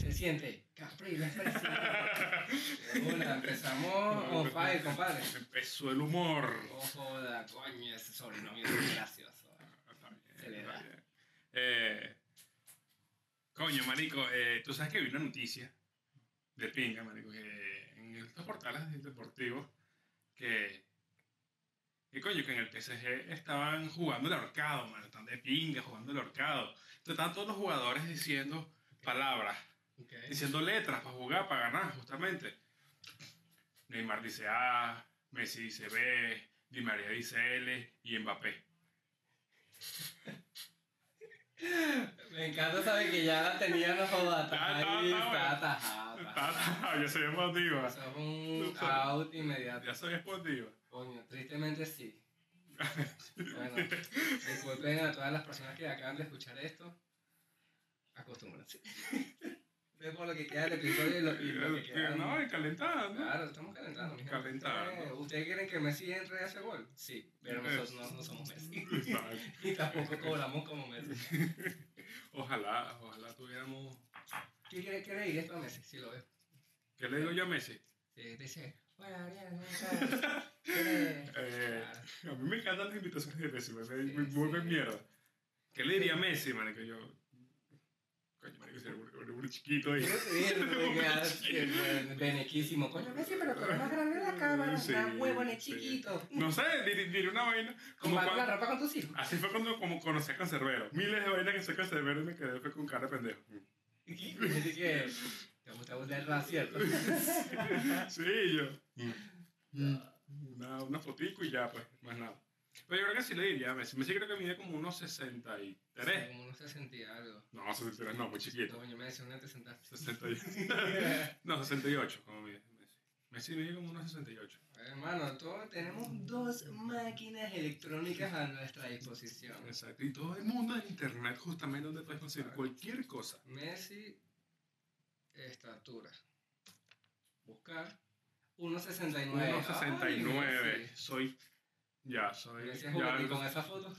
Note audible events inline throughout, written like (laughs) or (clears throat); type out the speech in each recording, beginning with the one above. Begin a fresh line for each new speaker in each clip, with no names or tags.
presidente. Capri no es (laughs) presidente. Hola, empezamos on fire, compadre.
Empezó el humor.
Oh, joda, coño, ese sobrenombre es gracioso.
Está bien,
Se le
está
da.
bien. Eh, coño, marico, eh, tú sabes que vi una noticia de pinga, marico, eh, que en estos portales deportivos que, que coño, que en el PSG estaban jugando el horcado, mano, están de pinga jugando el horcado. Entonces estaban todos los jugadores diciendo palabras
Okay.
diciendo letras para jugar, para ganar, justamente. Neymar dice A, Messi dice B, Di María dice L y Mbappé. (laughs)
Me encanta saber que ya la tenía no joda.
Ah,
Ahí
está, está,
está
bueno.
atajada. está.
Ah, ya soy emotiva.
Eso es un
Tú sabes.
out inmediato.
Ya soy emotiva.
Coño, tristemente sí. Bueno, disculpen a todas las personas que acaban de escuchar esto.
(laughs)
Acostúmbrense. Ve por lo que queda del episodio y lo, y lo que queda.
Eh, No, y calentando.
Claro, estamos calentando, mi gente.
Calentando.
Eh, ¿Ustedes quieren que Messi entre a ese gol? Sí, pero nosotros no, no somos Messi. (laughs) Y tampoco cobramos como Messi.
(laughs) Ojalá, ojalá tuviéramos.
¿Qué quiere, quiere ir esto a Messi? Sí, lo veo.
¿Qué le digo yo a Messi?
Eh, dice, bueno, Ariel, ¿cómo (laughs) estás? Eh,
Eh,
(laughs) claro.
a mí me encantan las invitaciones de Messi, me, me,
Sí,
me vuelven
sí.
mierda. ¿Qué le diría a Messi, marico? Yo. Coño, marico, soy un, un chiquito ahí. (laughs)
Benequísimo, coño, Messi, pero con más grande la cámara,
Mm, Sí,
una huevo en el
sí.
chiquito.
No sé, dir- diré una vaina. Como
Comparte la
cuando-
ropa con tus (laughs) hijos.
así fue cuando como conocí a Cancerbero. Miles de vainas que soy Cancerbero y me quedé fue con cara de
(laughs)
pendejo.
Así que, te gusta burlarla, (laughs) ¿cierto?
Sí, yo. Una, una fotico y ya, pues, más nada. Pero yo creo que sí le diría a Messi. Messi creo que mide como unos 63.
Como no se sentía algo.
No, 63 no, muy
(laughs)
chiquito.
Coño, me decía, ¿dónde te sentaste?
68. (laughs) no, 68 como mide Messi. Messi mide como unos 68.
Hermano, todos tenemos dos máquinas electrónicas a nuestra disposición.
Exacto. Y todo el mundo en internet justamente donde puedes conseguir cualquier cosa.
Messi, estatura. Buscar. 1.69.
1,69.
Ay,
Soy. Ya, soy.
Messi
ya,
es juvenil con esa foto.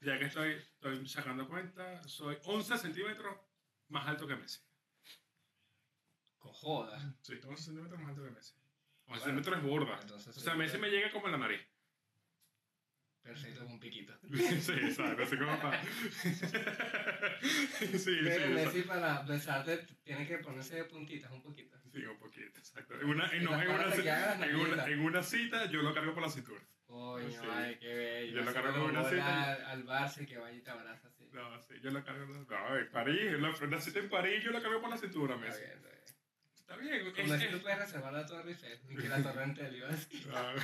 ya que estoy, estoy sacando cuenta, soy 11 centímetros más alto que Messi.
Cojoda.
Soy 11 centímetros más alto que Messi. 11
Bueno,
centímetros es borda.
entonces
o sea,
sí,
Messi
ya.
me llega como en la (laughs) nariz.
Perfecto, con un piquito.
sí, exacto. Así como (laughs) para. sí, sí.
Pero
exacto.
Messi para besarte tiene que ponerse de puntitas un poquito.
Sí, un poquito, exacto. En una, en,
Y
no,
las
en una,
patas que hagas,
cita, en, una,
Daniela.
en una cita, yo lo cargo por la cintura.
Coño,
Sí.
ay, qué bello.
Yo lo
Así
cargo
como
con una
voy
cita
al, al Barça y que vaya y te abraza así.
No, sí, yo lo cargo. No, en París, en la, en la cita en París, yo lo cargo por la cintura,
Está
Messi.
bien, está bien.
Está bien,
Con
(laughs) es-
Messi
es-
tú puedes reservar la Torre Eiffel, ni que la Torre Entel iba a decir.
Ah,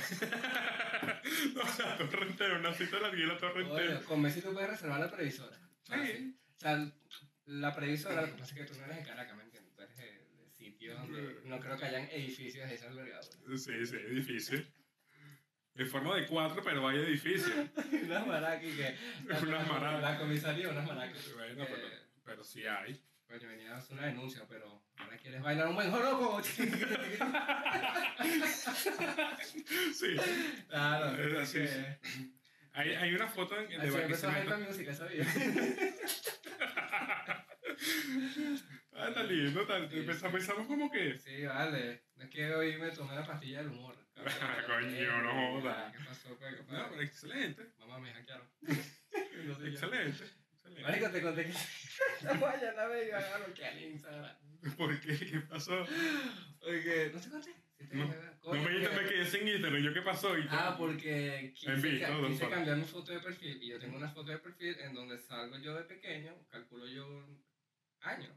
no, la (laughs) torre entera, una cita la vi la torre entera.
Oye, con Messi tú puedes reservar la previsora. Ah, sí. O sea, la previsora, lo que pasa es que tú no eres de Caracas, ¿me entiendes? Tú eres de, de sitios donde no creo que hayan edificios de esa
(laughs)
envergadura.
Sí, sí, edificio. En forma de cuatro, pero hay edificio.
unas maracas y que... la-
Unas maracas.
La comisaría, unas maracas.
(laughs) Bueno, pero,
Eh,
pero sí hay.
Coño, venía a hacer una denuncia, pero ahora quieres bailar un buen joropo. (laughs)
Sí.
claro,
Es
es
así.
que...
Hay, hay una foto en, de
Así empezó a
Barquisimeto.
la música, ¿sabías?
(laughs) Ah, está lindo. está- empezamos, empezamos como que.
Sí, vale. No es que hoy me tomé la pastilla del humor. Eh,
Ah, (laughs) coño, no joda.
¿Qué pasó, coño,
No, pero
compadre?
excelente.
Mamá me hackearon.
Excelente. excelente.
Marico, te conté que la guayana me iba a bloquear el Instagram.
¿Por qué? ¿Qué pasó?
Oye, ¿no te conté? Sí te-
No,
coño,
no me dijiste,
porque-
me quedé sin internet. ¿Yo qué pasó? Y
Ah,
todo.
porque quise,
En vivo,
ca-
¿no?
quise
Para-
cambiar mi foto de perfil y yo tengo una foto de perfil en donde salgo yo de pequeño, calculo yo un año,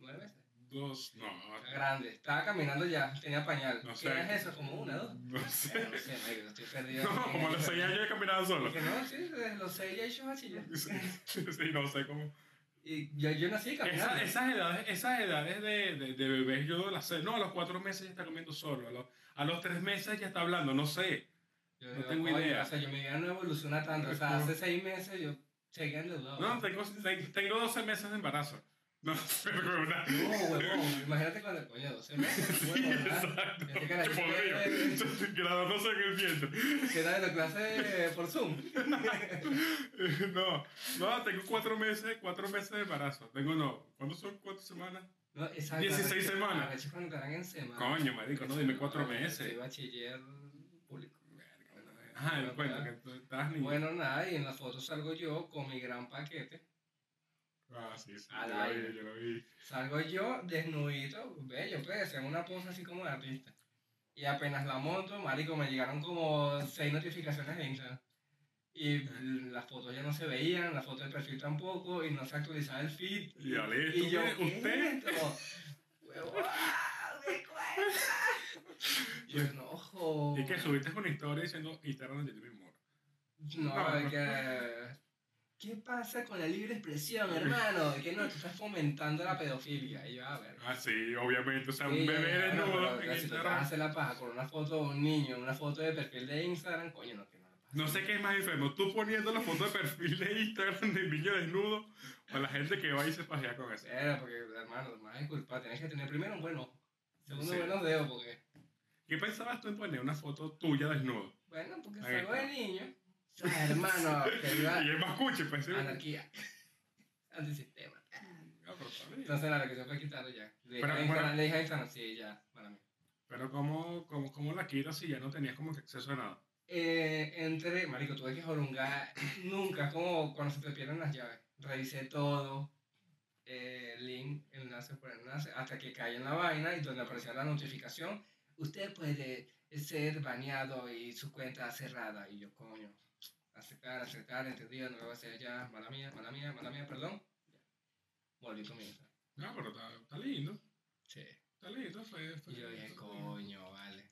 nueve meses.
Dos. No,
Grande, estaba caminando ya, tenía pañal.
No
¿Qué
sé.
era eso? ¿Como una, dos?
no (laughs)
Eh, (laughs)
sé.
no sé, marico, estoy perdido.
No, como a los seis años he caminado
(laughs)
solo.
Dije, no, sí, desde los seis ya he hecho así ya.
(laughs) Sí, no sé cómo.
Y yo, yo nací caminando.
Esa- esas edades, esas edades de, de, de bebés, yo las sé. No, a los cuatro meses ya está comiendo solo. A los, a los tres meses ya está hablando, no sé.
Yo
No
digo,
tengo
"Coño,
idea".
O sea, yo me diga no evoluciona tanto. O sea,
Ujú.
hace seis meses yo seguía endeudado.
No, tengo, tengo 12 meses de embarazo. No, (laughs) pero con una.
No, huevón. Imagínate cuando coño 12 meses.
(laughs) Sí,
huevón, ¿verdad?
exacto.
Este carajito
Qué podrido.
que-
Entonces, Graduándose en el viento.
Que era de la clase eh, por
(laughs)
Zoom.
No, no, tengo cuatro meses, cuatro meses de embarazo. Tengo no. ¿Cuántos son? ¿Cuántas semanas?
No, exacto.
16
a veces-
semanas.
A veces cuando entrarán en semana.
Coño, marico, no, dime cuatro meses.
Soy bachiller público.
Ah, me cuento que tú estás ni.
Bueno, nada, y en la foto salgo yo con mi gran paquete.
Ah, sí, sí.
Al
yo lo vi,
aire.
Yo lo vi.
Salgo yo desnudito, bello, pues, en una pose así como de artista. Y apenas la monto, marico, me llegaron como seis notificaciones de Instagram. Y las fotos ya no se veían, la foto del perfil tampoco, y no se actualizaba el feed.
Y Ale,
Y yo,
¿tú- usted.
¿qué es
(laughs)
esto? Huevón, me cuesta. Y yo, no, ojo.
Y que subiste una historia diciendo Instagram de Jimmy Moro.
No,
No,
de
no.
que... ¿Qué pasa con la libre expresión, hermano? De que no, tú estás fomentando la pedofilia. Y yo, a ver.
Ah, sí, obviamente. O sea, un
Sí,
bebé
no,
desnudo en
pero Si te
Instagram.
vas a hacer la paja con una foto de un niño, una foto de perfil de Instagram, coño, no, que no la paja.
No sé qué es más enfermo, tú poniendo la foto de perfil de Instagram del niño desnudo o la gente que va y se pasea con eso.
Era porque, hermano, más es culpa. Tienes que tener primero un buen ojo. Segundo,
Sí.
buenos dedos, porque...
¿Qué pensabas tú en poner una foto tuya desnudo?
Bueno, porque
Ahí
salgo de
está.
niño. Ah,
(laughs)
hermano, que iba...
Y es más cuche, pues. ¿sí?
Anarquía. Antisistema.
Ah, pero está bien.
Entonces, la que se fue quitando ya. Le dije
Pero,
a
bueno.
Instagram, le dije a Instagram, sí, ya, para mí.
Pero ¿cómo, cómo, cómo la quitas si ya no tenías como que acceso a nada?
Eh, entre, marico, tuve que jorungar (clears throat) nunca, como cuando se te pierden las llaves. Revisé todo, eh, link, enlace por enlace, hasta que caí en la vaina y donde aparecía la notificación, usted puede ser baneado y su cuenta cerrada. Y yo, coño, aceptar, aceptar, entendido, no lo voy a hacer ya, mala mía, mala mía, mala mía, perdón. Volví con mi Instagram.
No, pero está, está lindo.
Sí.
Está lindo. Fue, fue-
Y yo dije,
fue-
coño, vale.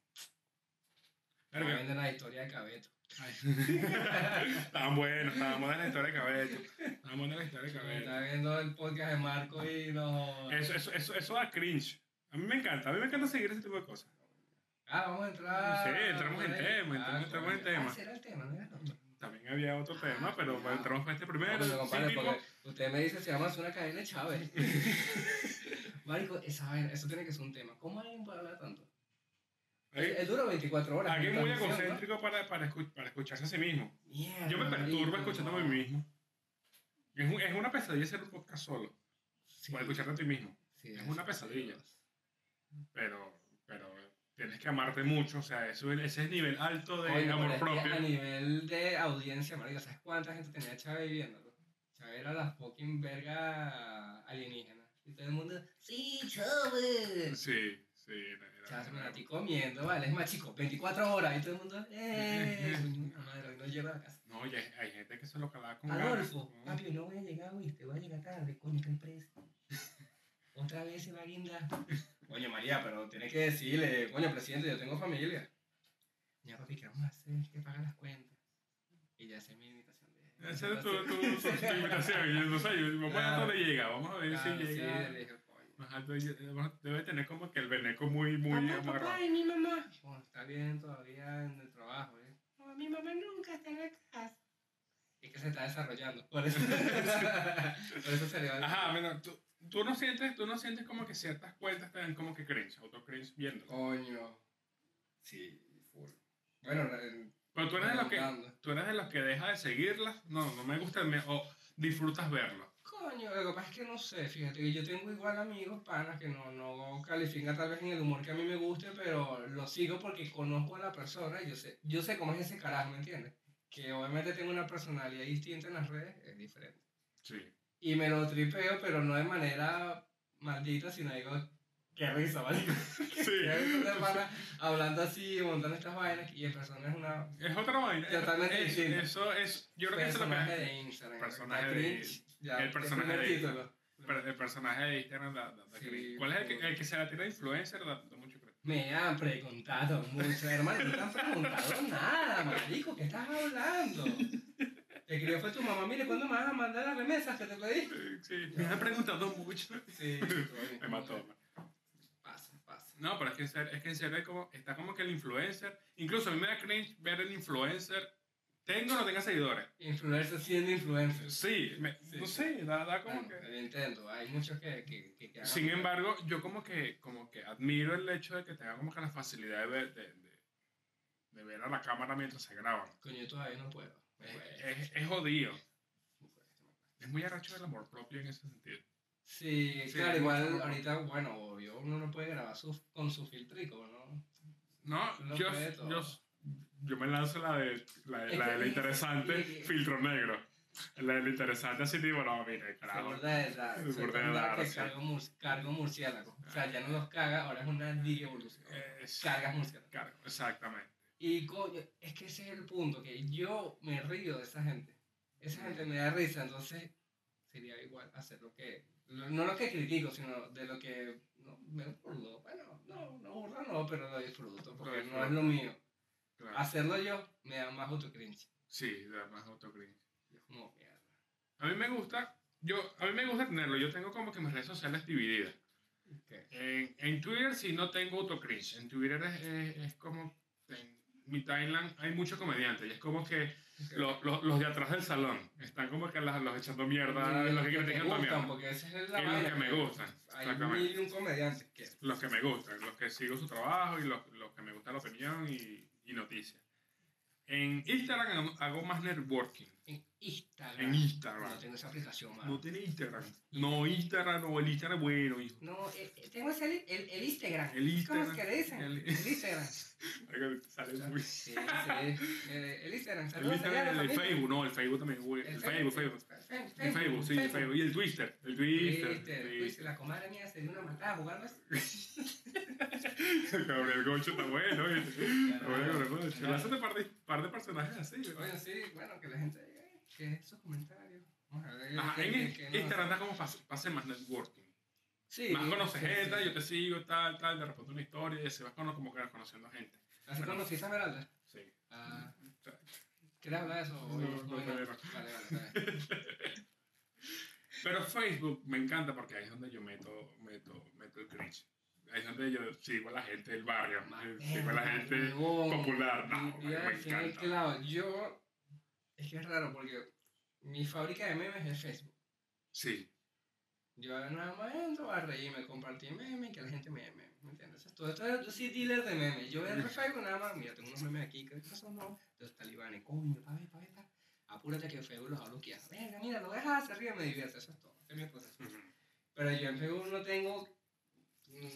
Me
Verga.
venden la historia de Cabeto.
Ay. (laughs) Estaban buenos, estaban buenas las historias de cabello. Estaban buenas las historias de
Me
cabello.
está viendo el podcast de Marco y no.
Eso, eso, eso, eso da cringe. A mí me encanta, a mí me encanta seguir ese tipo de cosas.
Ah, vamos a entrar.
Sí, entramos en
ahí.
tema, entramos-
coño.
entramos en tema.
Ah, ese era el tema, no era el otro.
También había otro tema, pero bueno, entramos con este
Ah,
primero.
bueno, compadre,
sí, tipo-
porque usted me dice si vamos a hacer una cadena
(laughs)
de Chávez. Marico, esa vaina, eso tiene que ser un tema. ¿Cómo alguien puede hablar tanto?
Hay-
Es duro 24 horas.
Alguien
con
muy
transmisión, ¿no? Ah,
egocéntrico para, para, escu- para escucharse a sí mismo.
Mierda,
Yo me perturbo
marico.
escuchándome a mí mismo. Es, un- es una pesadilla hacer un podcast solo,
Sí,
para escucharte a ti mismo.
sí,
es una pesadilla. Pero, pero tienes que amarte mucho, o sea, eso, es- ese es nivel alto de
Oye,
amor
pero es que
propio.
A nivel de audiencia, marico, ¿sabes cuánta gente tenía Chávez viviéndolo? Chávez era la fucking verga alienígena. Y todo el mundo, sí, Chávez.
Sí, sí. era- era-
Chávez,
era-
mira, estoy comiendo, vale, es más chico, 24 horas. Y todo el mundo, (laughs) eh, coño, madre, hoy no llego a la casa.
No, y hay, hay gente que se lo calaba con
Adolfo,
ganas, ¿no?
papi, no voy a llegar, te voy a llegar tarde, coño, estoy (laughs) preso. Otra vez se va a guindar. Oye, María, pero tienes que decirle, coño, presidente, yo tengo familia. Ya, papi, ¿qué vamos a hacer? Hay Que pagar las cuentas. Y ya sé mi invitación. de-
Esa es tu, tu,
(laughs)
tu- tu invitación. Yo no sé, yo- vamos a ver hasta
Claro.
dónde llega, vamos a ver
Claro,
si
sí,
llega.
le dije, coño.
Ajá, entonces, eh, Debe tener como que el veneco muy, muy
papá,
amarrado.
papá, y mi mamá. Bueno, Oh, está bien todavía en el trabajo, ¿eh? No, mi mamá nunca está en la casa. Es que se está desarrollando. Por eso, (laughs) por eso se le va
Ajá, bueno, tú, tú no sientes, tú no sientes como que ciertas cuentas te dan como que cringe, auto cringe viendo.
Coño. Sí, full. Bueno, re-
Pero tú eres de los que,
redundando.
tú eres de los que deja de seguirlas, no, no me gusta, me- o disfrutas verlo.
Coño, lo que pasa es que no sé, fíjate que yo tengo igual amigos, panas, que no, no califican tal vez en el humor que a mí me guste, pero lo sigo porque conozco a la persona y yo sé, yo sé cómo es ese carajo, ¿me entiendes? Que obviamente tengo una personalidad distinta en las redes, es diferente.
Sí.
Y me lo tripeo, pero no de manera maldita, sino digo, qué risa, ¿vale? (laughs)
Sí. (laughs)
hablando así, montando estas vainas, y en persona es una
Es otra vaina.
Totalmente
Es-
distinto.
eso es, yo creo que eso es lo que
personaje
hace-
de Instagram.
personaje
Da
de-
cringe, ya,
el
es
personaje
primer
de-
título.
pero el personaje de Instagram da, da- da
Sí,
cringe. ¿Cuál es el que,
por-
el que se la tira de influencer? Da, da mucho cringe.
Me han preguntado mucho, hermano, no te
(laughs)
han preguntado nada, marico, ¿qué estás hablando? Te crió fue tu mamá, mire, ¿cuándo me vas a mandar las remesas que te pedí?
Eh, Sí, me han preguntado mucho. (laughs)
Sí, coño,
Me mató.
Pasa, pasa.
No, pero es que en serio, es que en serio hay como, está como que el influencer, incluso a mí me da cringe ver el influencer Tengo o no tenga seguidores.
Influencer siendo influencer.
Sí, me-
Sí.
no sé, da, da como
Bueno,
que...
yo intento, hay muchos que, que, que, que hagan-
Sin embargo, yo como que, como que admiro el hecho de que tenga como que la facilidad de ver, de, de- de ver a la cámara mientras se graban.
Coño, yo todavía no puedo.
Pues. Eh,
Me cuesta,
Es, es jodido.
me cuesta.
Es muy arracho el amor propio en ese sentido.
Sí,
Sí,
claro,
hay mucho
igual
mejor.
ahorita, bueno, obvio, uno no puede grabar sus- con su filtrico, ¿no?
No,
Lo
yo,
puede
yo,
todo.
yo me lanzo la de la, de- la (laughs) del interesante filtro negro. La del interesante así tipo, no, mire,
Se
carajo.
borda de edad.
Se
Soy
borda de Ah.
tan dark
edad,
que
sí.
cargo, mur- cargo murciélago. O sea, ya no los caga, ahora es una
Ah.
digievolución.
Es-
Cargas murciélago.
Claro, Eh, exactamente.
Y coño, es que ese es el punto, que yo me río de esa gente. Esa gente me da risa, entonces sería igual hacer lo que... lo- No lo que critico, sino de lo que no, me burlo. Bueno, no, no burlo no, pero lo disfruto, porque no es lo mío.
Claro.
Hacerlo yo me da más autocringe.
Sí, da más autocrítica.
Es como ah, mierda.
A mí me gusta, yo, a mí me gusta tenerlo. Yo tengo como que mis redes sociales divididas.
Ok.
En, en Twitter sí no tengo autocringe. En Twitter es, es- es como. En mi timeline hay muchos comediantes. Y es como que los, los, los de atrás del salón están como que las- los echando mierda.
Y
los que
me
critican la
gustan,
mierda.
porque esa es la
Es los
vaina,
que me gustan.
Hay
exactamente.
mil y un comediante que...
Los que me gustan. Los que sigo su trabajo y los, los que me gusta la opinión y, y noticias. En Instagram hago- hago más networking.
En Instagram.
En Instagram.
No tengo esa aplicación, mano.
No tiene Instagram. No, Instagram, no, el Instagram es bueno, hijo.
No, eh, eh, tengo ese, el, el Instagram.
El Instagram.
¿Cómo es que le dicen?
El-
El,
(laughs)
Instagram.
Marico, sale muy-
Sí, sí. El, el Instagram.
El
saludos allá a
Instagram,
la
el
familia.
Facebook, no, el Facebook también es bueno. El Facebook, Facebook. El Facebook, sí, el Facebook. Y el Twister. El Twister.
Twitter,
(laughs)
Twitter, este, pues, La comadre mía se dio una matada jugando. así.
Twister. Gabriel Gocho está bueno, ¿viste? Está bueno, Gabriel Gocho.
Claro.
Lánzate un par de, par de personajes así. ¿no?
Oye, sí, bueno, que la gente diga, eh, que esos comentarios. Vamos a ver.
Ajá,
que-
en
que- que
el-
no.
Instagram está como para para hacer más networking.
Sí,
Más conoces
sí, sí.
gente, yo te sigo, tal, tal, te respondo una historia y se vas cono- como que conociendo gente.
Así
Bueno.
conocí a Esmeralda.
Sí.
Ah, ¿Quieres hablar de eso?
No,
Hoy-
no,
hoy
no, no.
Vale, vale,
(laughs)
vale.
Pero Facebook me encanta porque ahí es donde yo meto, meto, meto el cringe. Ahí es donde yo sigo a la gente del barrio, eh, sigo a la gente popular. No,
Y- y
me
al final,
encanta.
claro, yo. Es que es raro porque mi fábrica de memes es Facebook.
Sí,
Yo nada más entro a reírme, compartir memes, que la gente me dé memes. ¿Me entiendes? Entonces, todo esto yo soy dealer de memes. Yo entro a Facebook nada más, mira, tengo unos memes aquí, ¿qué pasó? No, los talibanes, coño, pa' ver, pa' ver, pa'. Apúrate que Facebook los va a bloquear. Venga, mira, lo dejas, se ríe, me divierte, eso es todo. Esa es mi cosa.
ujú,
Pero yo en Facebook no tengo,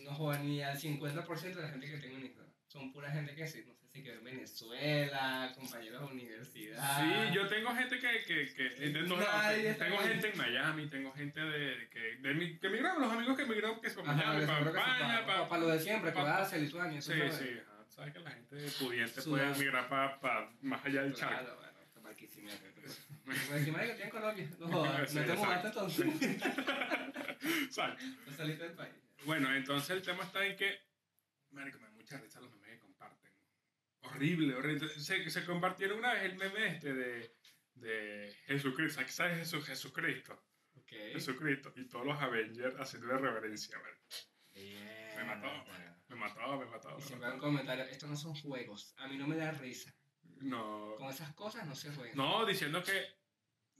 no joda, ni al 50% de la gente que tengo en Instagram. Son pura gente que sí, no sé si que en Venezuela, compañeros de universidad.
sí, yo tengo gente que, que, que en- no, no,
Nadie está
tengo
ahí.
gente en Miami, tengo gente de, que, de mi, que migraron, los amigos que migraron, que son
Ajá,
Miami,
que
para
seguro que son
España,
para,
para...
para lo de siempre,
pa-
para Asia, Lituania,
Sí,
eso sabe.
sí, ajá, sabes que la gente pudiente
Sudán.
puede migrar para más allá del charco. (laughs)
Claro, bueno, está Barquisimeto. Como decimos, Pues, que en Colombia. No,
(laughs)
joda,
Sí,
no te
exacto.
mudaste entonces. (laughs)
¿Sabes?
No saliste del país.
Bueno, entonces el tema está en que, marico, me da mucha risa los memes que comparten. Horrible, horrible. Se, se compartieron una vez el meme este de, de Jesucristo. ¿Sabes Jesús? Jesucristo.
Ok.
Jesucristo. Y todos los Avengers haciendo la reverencia, marico. Me mató, Me mató, me mató. me
Y
mató.
siempre hay un comentario, estos no son juegos, a mí no me da risa.
No.
Con esas cosas no se juegan.
No, diciendo que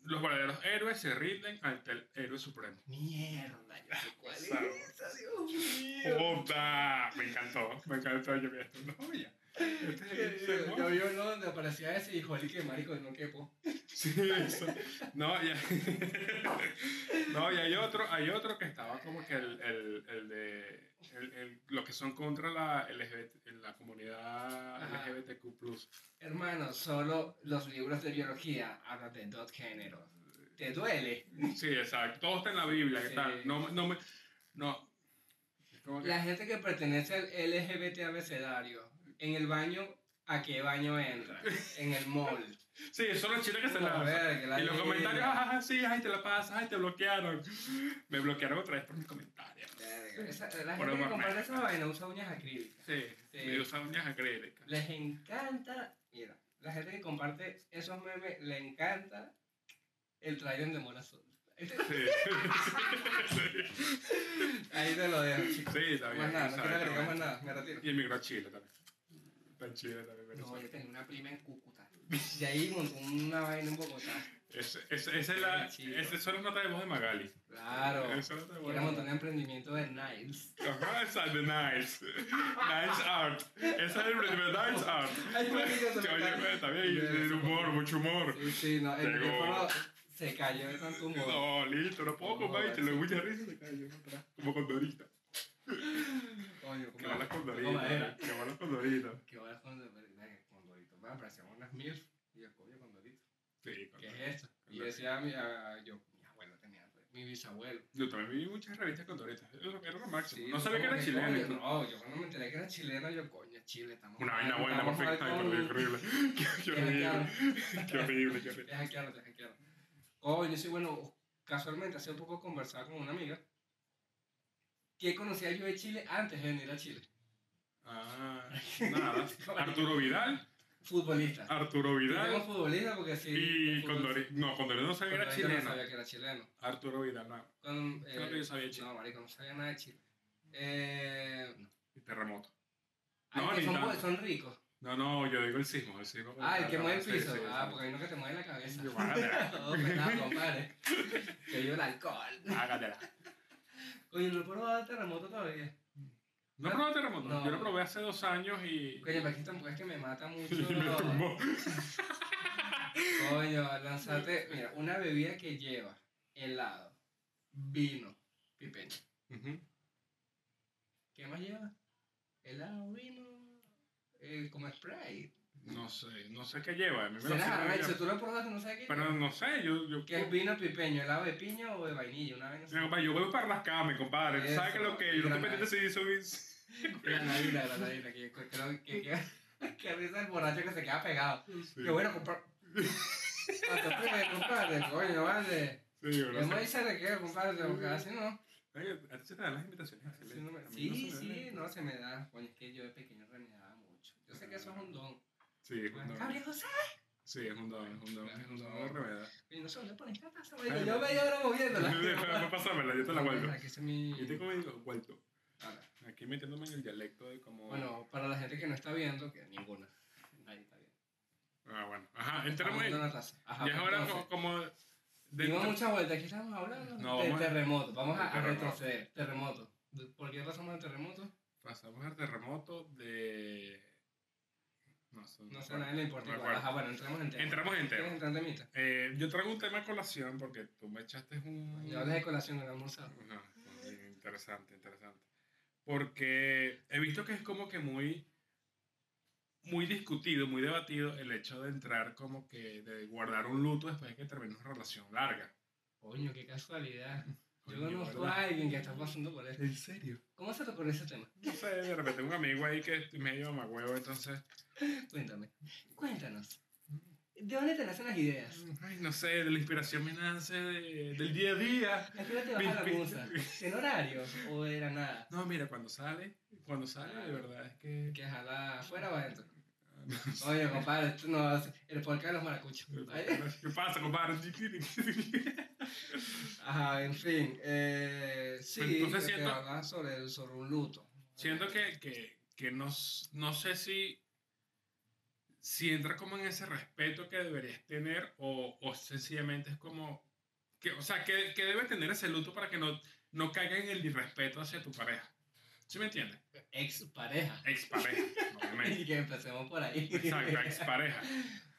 los verdaderos héroes se rinden ante el héroe supremo.
Mierda, yo sé cuál es.
Claro.
esa, Dios mío.
¡Joda! Me encantó, me encantó. Yo vi esto. No, ya. Este es el-
Yo vi uno donde aparecía ese y jolí que marico no quepo.
Sí, eso. No, y, (laughs) no, y hay, otro, hay otro que estaba como que el, el, el de el, el- los que son contra la, LGBT, en la comunidad
Ajá.
LGBTQ.
Hermano, solo los libros de biología hablan de dos géneros. ¿Te duele?
Sí, exacto. Todo está en la Biblia. ¿qué
Sí.
tal? No, no me. No. Es como que-
La gente que pertenece al LGBT abecedario, en el baño, ¿a qué baño entra? En el (laughs) mall.
sí, son los chiles que se
A
la.
ver, que la
Y los
ley-
comentarios, ah, sí, ay, te la pasas, ay, te bloquearon. Me bloquearon otra vez por mis comentarios.
Verga, esa- La
Por
gente que
amor,
comparte
nada.
esa vaina usa uñas acrílicas.
Sí,
Sí.
me usan uñas acrílicas.
Les encanta, mira, la gente que comparte esos memes, le encanta el trailer de Mona Azul.
Sí.
(laughs) Ahí te lo dejo, chicos.
Sí, está bien.
Más nada, no
exacto.
quiero agregar más nada, me retiro.
Y el microchile también. Tan chile también.
No,
Venezuela.
yo tenía una prima en Cúcuta. Y ahí montó una vaina en Bogotá.
Es- es- esa es la.
Sí,
Esa es solo nota de voz de Magali.
Claro.
Esa nota de voz de
Era montar
Magali.
un emprendimiento de
(laughs)
Niles.
Ajá, esa de Nice. Nice Art. Esa es el primer Nice Art.
Ay, marica, se me
Oye,
cayó.
pues, está bien, el humor, mucho humor.
Sí, sí, no, el
Llegó.
teléfono se cayó de tanto humor.
No, listo, no puedo
No,
comer y te
vale.
lo mucha risa se cayó para atrás. Como condorita.
Coño,
Que van las
como-
condoritas.
madera.
Que van las condoritas.
Que ahora cuando Condorito, me parecían unas mil. Y yo, coño, Condorito,
Sí,
¿qué
condorita.
es esto? Y yo decía a mi, a- yo, mi abuelo tenía, pues, mi bisabuelo.
Yo también vi muchas revistas condoritas. Era lo- era lo máximo.
Sí,
Ah, no sabía que
como
era chileno.
coño, No, yo cuando me enteré que era chileno, yo, coño, Chile, estamos.
Una vaina
mal,
buena,
estamos
perfecta.
mal
Ay,
con-
pero qué
(laughs)
horrible. Qué- Qué
Qué
horrible.
hackeado.
Qué horrible, qué horrible.
Te hackearon, te hackearon. Coño, sí, bueno, casualmente hace poco conversaba con una amiga que conocía yo de Chile antes de venir a Chile.
Ah, nada. Arturo Vidal.
Futbolista.
Arturo
Tengo
Vidal.
futbolista porque sí.
Ah, Y
futbol-
Condorito. No, Condorito no sabía que era
Condorito no
chileno.
sabía que era chileno.
Arturo Vidal, no.
Con, eh,
Claro que yo sabía chileno.
no, marico, no sabía nada de Chile. Eh,
Y terremoto.
ay,
No,
que
ni
son,
tanto.
bu- son ricos.
No, no, yo digo el sismo. El sismo
Ah, el que mueve el
Sí,
piso.
sí,
ah,
sí.
porque hay uno que te mueve la
(laughs)
cabeza. (laughs)
Yo, madre. (laughs)
Oh, perdón, compadre. Que yo el alcohol.
Hágatela.
Coño, no puedo dar terremoto todavía.
¿No probé terremoto?
No.
Yo lo probé hace dos años y.
Coño, pero es que tampoco es que me mata
(laughs)
mucho.
y (laughs) me tumbó.
Coño, lanzate. Mira, una bebida que lleva helado, vino, pipeño.
Ujú.
¿Qué más lleva? Helado, vino, eh, como spray.
No sé, no sé qué lleva. A mí me lo
Será
sirven
arrecho,
ya.
tú lo probaste, no sabes qué.
Pero no sé, yo. yo
¿Qué es vino pipeño? ¿Helado de piña o de vainilla? Una vez no
Mira, compadre, yo voy para rascarme, compadre. Tú ¿Sabes qué es lo que? Yo no estoy pendiente si hizo
Granadina, granadina, que que- creo que. que- (laughs) que risa el borracho que se queda pegado.
Sí,
Qué bueno, compadre. Hasta tú me compadre, coño, vale.
sí, yo
Yo
no
me
sé.
dice de qué, compadre, porque así no.
Oye, ¿A ti se te dan las invitaciones?
Sí,
Excelente. A
no me-
mí no
Sí,
se me
sí,
dan.
no se me da. Coño, es que yo de pequeño renegaba mucho. Yo sé que eso es un don. Ah,
Sí, es un don.
Gabriel José,
Sí, es un don, es un don, es un
Ah,
don de
(laughs)
remedad.
y no solo le pones la taza, marico. (laughs) Yo media hora
(laughs)
moviéndola.
Pásamela, yo te la vuelvo.
Aquí se mi-
¿Y te cómo digo? Vuelto.
Ahora,
Aquí metiéndome en el dialecto de cómo.
Bueno, para la gente que no está viendo, que ninguna. Nadie está viendo.
Ah, bueno. Ajá,
Estamos
entramos ahí.
viendo una taza. Ajá,
Y es ahora
entonces,
como. como de-
dimos muchas vueltas. Aquí estamos hablando
No,
de
vamos a-
terremoto. Vamos
de
a, a
terremoto.
retroceder. Terremoto. ¿Por qué pasamos al terremoto?
Pasamos al terremoto de. No sé.
No sé, a
bueno,
nadie le importa.
me
igual.
acuerdo.
Ajá, bueno, entremos en tema.
Entramos en
¿Quieres
tema.
entrar en temita?
Eh, yo traigo un tema a colación porque tú me echaste un.
Yo hablé de colación, no he almorzado.
Ajá, bien, interesante, interesante. Porque he visto que es como que muy, muy discutido, muy debatido el hecho de entrar como que de guardar un luto después de que termine una relación larga.
Coño, qué casualidad. Yo
Coño,
conozco
¿verdad?
a alguien que está pasando por esto.
¿En serio?
¿Cómo se te ocurrió ese tema?
No sé, de repente un amigo ahí que es medio mamagüevo, entonces,
Cuéntame. Cuéntanos. ¿De dónde te nacen las ideas?
ay, no sé, de la inspiración me nace de- del día a día.
¿A qué hora te baja la
Pi- pi-
musa? ¿En horario o de la nada?
No, mira, cuando sale, cuando sale, de verdad es que...
Que jala afuera o adentro.
No sé.
Oye, compadre, tú no haces el podcast de los maracuchos. Ay,
¿Qué pasa, compadre?
Ajá, en fin. Eh, sí,
Pues Entonces
lo que
siento-
hablaba sobre, sobre un luto.
Siento que, que, que no, s- no sé si, si entra como en ese respeto que deberías tener o, o sencillamente es como... Que, o sea, que, que debe tener ese luto para que no, no caiga en el irrespeto hacia tu pareja. ¿Sí me entiendes?
Ex pareja.
Expareja, obviamente.
(laughs) Y que empecemos por ahí. (laughs)
Exacto, expareja.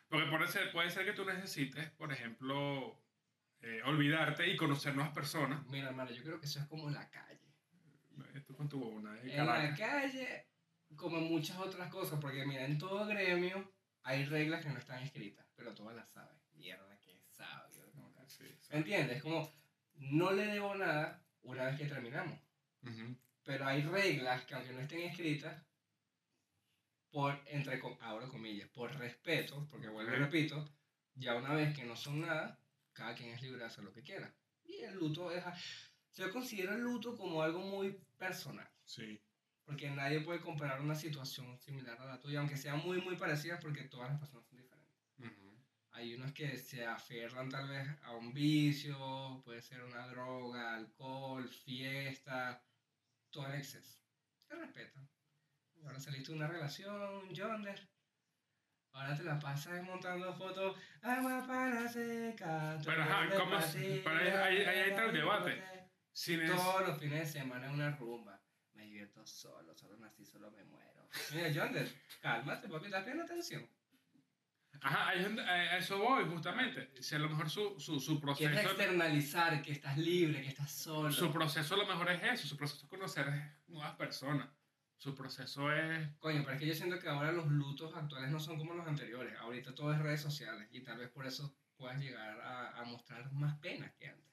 Porque puede ser, puede ser que tú necesites, por ejemplo, eh, olvidarte y conocer nuevas personas.
Mira, hermano, yo creo que eso es como la calle.
Eh, Tú con tu bobona de
En la
Caracas.
calle, como en muchas otras cosas, porque mira, en todo gremio hay reglas que no están escritas, pero todas las saben. Mierda, que sabio. ¿no?
Sí, sí.
¿Me entiendes? Como, no le debo nada una vez que terminamos,
Ujú.
pero hay reglas que aunque no estén escritas, por, entre, com- abro comillas, por respeto, porque vuelvo y
Ok.
repito, ya una vez que no son nada, cada quien es libre de hacer lo que quiera. Y el luto es... a- Yo considero el luto como algo muy personal.
Sí,
Porque nadie puede comparar una situación similar a la tuya, aunque sea muy, muy parecida, porque todas las personas son diferentes.
ujú.
Hay unos que se aferran tal vez a un vicio, puede ser una droga, alcohol, fiesta, todo en exceso. Se respetan. Y ahora saliste de una relación, Yonder. Ahora te la pasas montando fotos. Agua para seca.
Pero, ajá,
torres
¿cómo es?
vacías,
Pero ahí- ahí- ahí entra el debate. Sí, es-
Todos los fines de semana es una rumba. Me divierto solo, solo nací, solo me muero. Mira, Yonder, cálmate, papi, estás pidiendo atención.
Ajá, ahí es donde- a a eso voy, justamente. Si a lo mejor su, su, su proceso.
Quieres externalizar que estás libre, que estás solo.
Su proceso a lo mejor es eso. Su proceso es conocer nuevas personas. Su proceso es.
Coño, pero es que yo siento que ahora los lutos actuales no son como los anteriores. Ahorita todo es redes sociales y tal vez por eso puedas llegar a, a mostrar más penas que antes.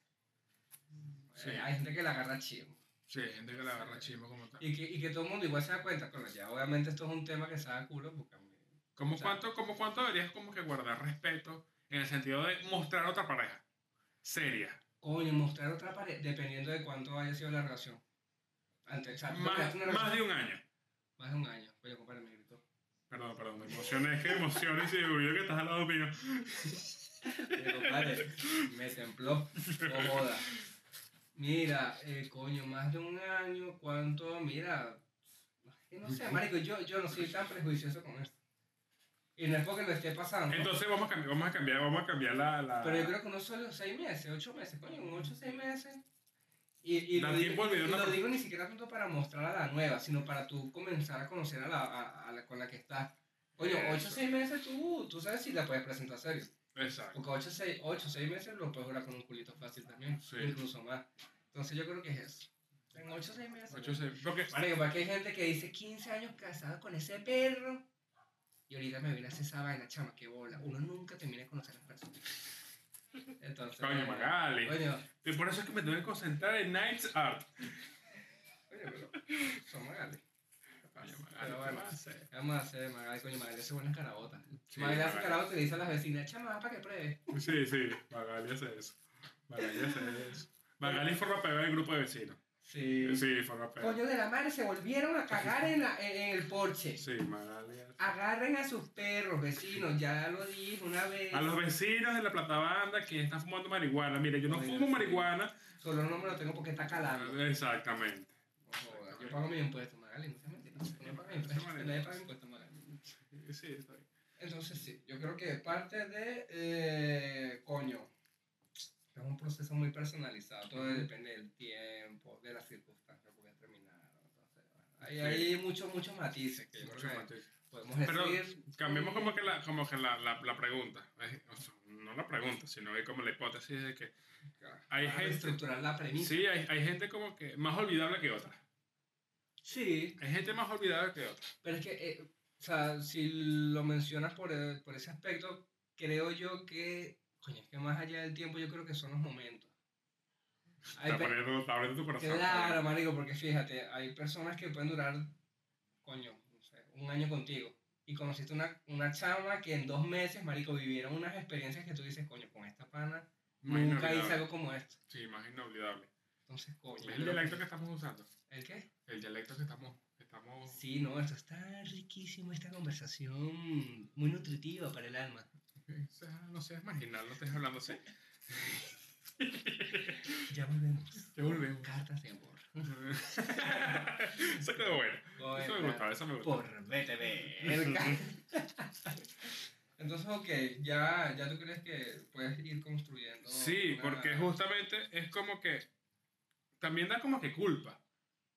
Sí.
Eh, hay gente que la agarra chido.
Sí, hay gente que la agarra chimbo como tal.
Y que, y que todo el mundo igual se da cuenta. Coño, ya obviamente esto es un tema que se da culo porque a mí-
¿Cómo
Exacto.
cuánto, cómo cuánto deberías como que guardar respeto en el sentido de mostrar a otra pareja? Seria.
Coño, mostrar otra pared, dependiendo de cuánto haya sido la relación. Antes, o sea, tú
Más,
tenías una
más
relación-
de un año.
más de un año. Coño, compadre, me gritó.
Perdón, perdón, me emocioné, es que me emocioné y se me olvidó que estás al lado mío.
Coño, compadre, me templó. No joda. Mira, eh, coño, más de un año, ¿cuánto? Mira, es que no sé, marico, yo, yo no soy tan prejuicioso con esto. Y no es porque lo esté pasando.
Entonces vamos a cambiar, vamos a cambiar, vamos a cambiar la... la...
pero yo creo que unos solo seis meses, ocho meses, coño, unos ocho seis meses. Y, y
Da
lo, digo,
tiempo al video,
y
¿no?
lo digo ni siquiera tanto para mostrar a la nueva, sino para tú comenzar a conocer a la, a- a la- con la que estás. Coño, ocho
Eso.
seis meses tú, tú sabes si la puedes presentar serio.
Exacto.
Porque 8 6, meses lo puedes durar con un culito fácil también,
Sí.
incluso más. Entonces yo creo que es eso. En 8 6 meses.
Ocho, seis, porque,
Marico, porque hay gente que dice 15 años casado con ese perro. Y ahorita me viene a hacer esa vaina, chama, que bola. Uno nunca termina de conocer a las personas. Entonces.
coño, Magali.
Coño,
Y por eso es que me tengo que concentrar en Nights Art.
coño, pero son Magali.
Coño,
Pero
Magali, ¿qué
bueno.
vas a hacer?
¿Qué Vamos a hacer, Magali, coño, Magali hace buenas carabotas.
Sí,
Magali hace
Magali.
carabotas y le dice a las vecinas, chama, para que pruebe.
Sí, sí, Magali hace eso. Magali hace eso. Magali forma peor del grupo de vecinos.
Sí.
Sí, forma peor.
Coño de la madre, se volvieron a cagar en, la- en- en el porche.
Sí, Magali hace-
Agarren a sus perros, vecinos, ya lo dije una vez.
A los vecinos de la platabanda que están fumando marihuana. Mire, yo no
Oiga,
fumo
sí.
marihuana.
Solo no me lo tengo porque está calado.
Exactamente.
Yo pago mis impuestos, Magali, no se mentiroso. Yo pago mis impuestos, nadie paga impuestos, Magali.
Sí, está bien.
Entonces sí, yo creo que parte de, eh, coño, es un proceso muy personalizado, todo depende del tiempo, de las circunstancias que voy a terminar. entonces, bueno, hay, hay muchos, muchos matices que yo
Mucho
creo que
matiz.
podemos decir.
Pero cambiemos como que la, como que la, la, la pregunta. Eh, o sea, no la pregunta, sino que como la hipótesis de que hay
Vamos a
gente-
ah, estructurar la premisa.
sí, hay, hay gente como que más olvidable que otra.
sí,
Hay gente más olvidable que otra.
Pero es que, eh, o sea, si lo mencionas por, eh, por ese aspecto, creo yo que, coño, es que más allá del tiempo, yo creo que son los momentos. Hay
Está
pe-
poniendo, está abriendo tu corazón.
claro, marico, porque fíjate, hay personas que pueden durar, coño, no sé, un año contigo. Y conociste una, una chama que en dos meses, marico, vivieron unas experiencias que tú dices, coño, con esta pana
Más
nunca hice
inolvidable.
algo como esto.
Sí, más inolvidable.
Entonces, coño.
¿Ves
yo
el
creo
dialecto
que-
que estamos usando?
¿El qué?
El dialecto que estamos... que estamos... (laughs)
Sí, no, esto está riquísimo, esta conversación muy nutritiva para el alma.
O sea, no seas marginal, no estés hablando así.
Ya volvemos.
Ya volvemos.
Cartas de amor.
Mm. (laughs) Eso quedó bueno. Eso me gustaba, eso me gustaba.
Por BTV. (laughs) Entonces, ok, ya, ya tú crees que puedes ir construyendo.
Sí,
una-
porque justamente es como que también da como que culpa.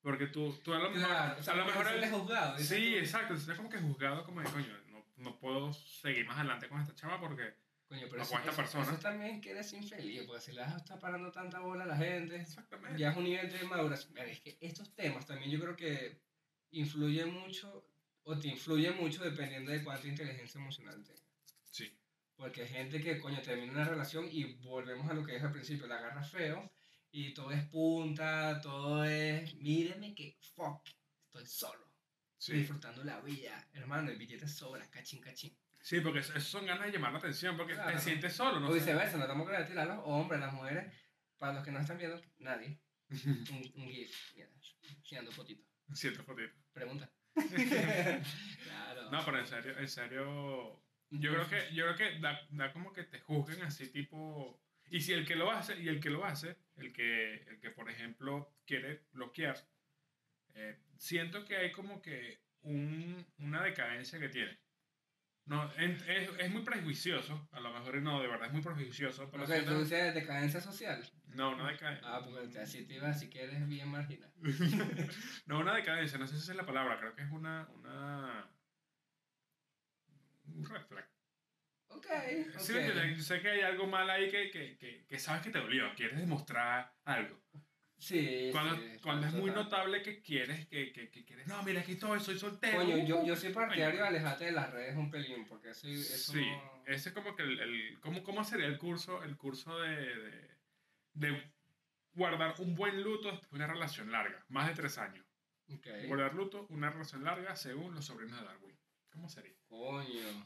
Porque tú, tú a lo mejor.
Claro, o sea,
a lo mejor
él es
el-
juzgado. dices
sí,
tú,
exacto. Estás como que juzgado, como de coño, no, no puedo seguir más adelante con esta chava porque.
Coño, pero
no
eso,
con esta
eso-
persona.
eso también que eres infeliz, porque si le vas a estar parando tanta bola a la gente,
Exactamente.
ya es un nivel de maduración. Mira, es que estos temas también yo creo que influyen mucho, o te influyen mucho dependiendo de cuánta inteligencia emocional tengas.
Sí.
Porque hay gente que, coño, termina una relación y volvemos a lo que dije al principio, la agarra feo y todo es punta, todo es, míreme que, fuck, estoy solo,
Sí.
disfrutando la vida, hermano, el billete sobra, cachín, cachín.
Sí, porque eso, eso son ganas de llamar la atención, porque
Claro.
te sientes solo, ¿no?
o
sé.
viceversa, no estamos queriendo tirar a los hombres, a las mujeres, para los que no están viendo, nadie, un, un gif, mira, girando fotito,
(laughs) Siento por ti.
(laughs) pregunta. claro.
(laughs) No, pero en serio, en serio. Yo creo que, yo creo que da, da como que te juzguen así tipo. Y si el que lo hace, y el que lo hace, el que, el que por ejemplo quiere bloquear, eh, siento que hay como que un, una decadencia que tiene. No, en- es, es muy prejuicioso, a lo mejor no, de verdad es muy prejuicioso. Pero
Porque
siento-
tú dices decadencia social.
No, una decadencia.
Ah, porque así te ibas, así que eres bien marginal.
(laughs) no, una decadencia, no sé si esa es la palabra, creo que es una. una... Un reflex.
Ok,
Sí, que
ok.
yo sé que hay algo mal ahí que, que, que, que sabes que te dolió, quieres demostrar algo.
Sí,
Cuando,
sí,
cuando es muy
total.
notable que quieres, que, que, que quieres, no, mira, aquí estoy, soy soltero.
Coño, yo,
uh".
yo soy partidario
Coño.
de alejarte de las redes un pelín, porque eso, eso
sí,
no-
ese es como que el, el- ¿cómo, ¿cómo sería el curso, el curso de, de, de guardar un buen luto después de una relación larga, más de tres años?
Ok.
Guardar luto, una relación larga, según los sobrinos de Darwin. ¿Cómo sería?
Coño.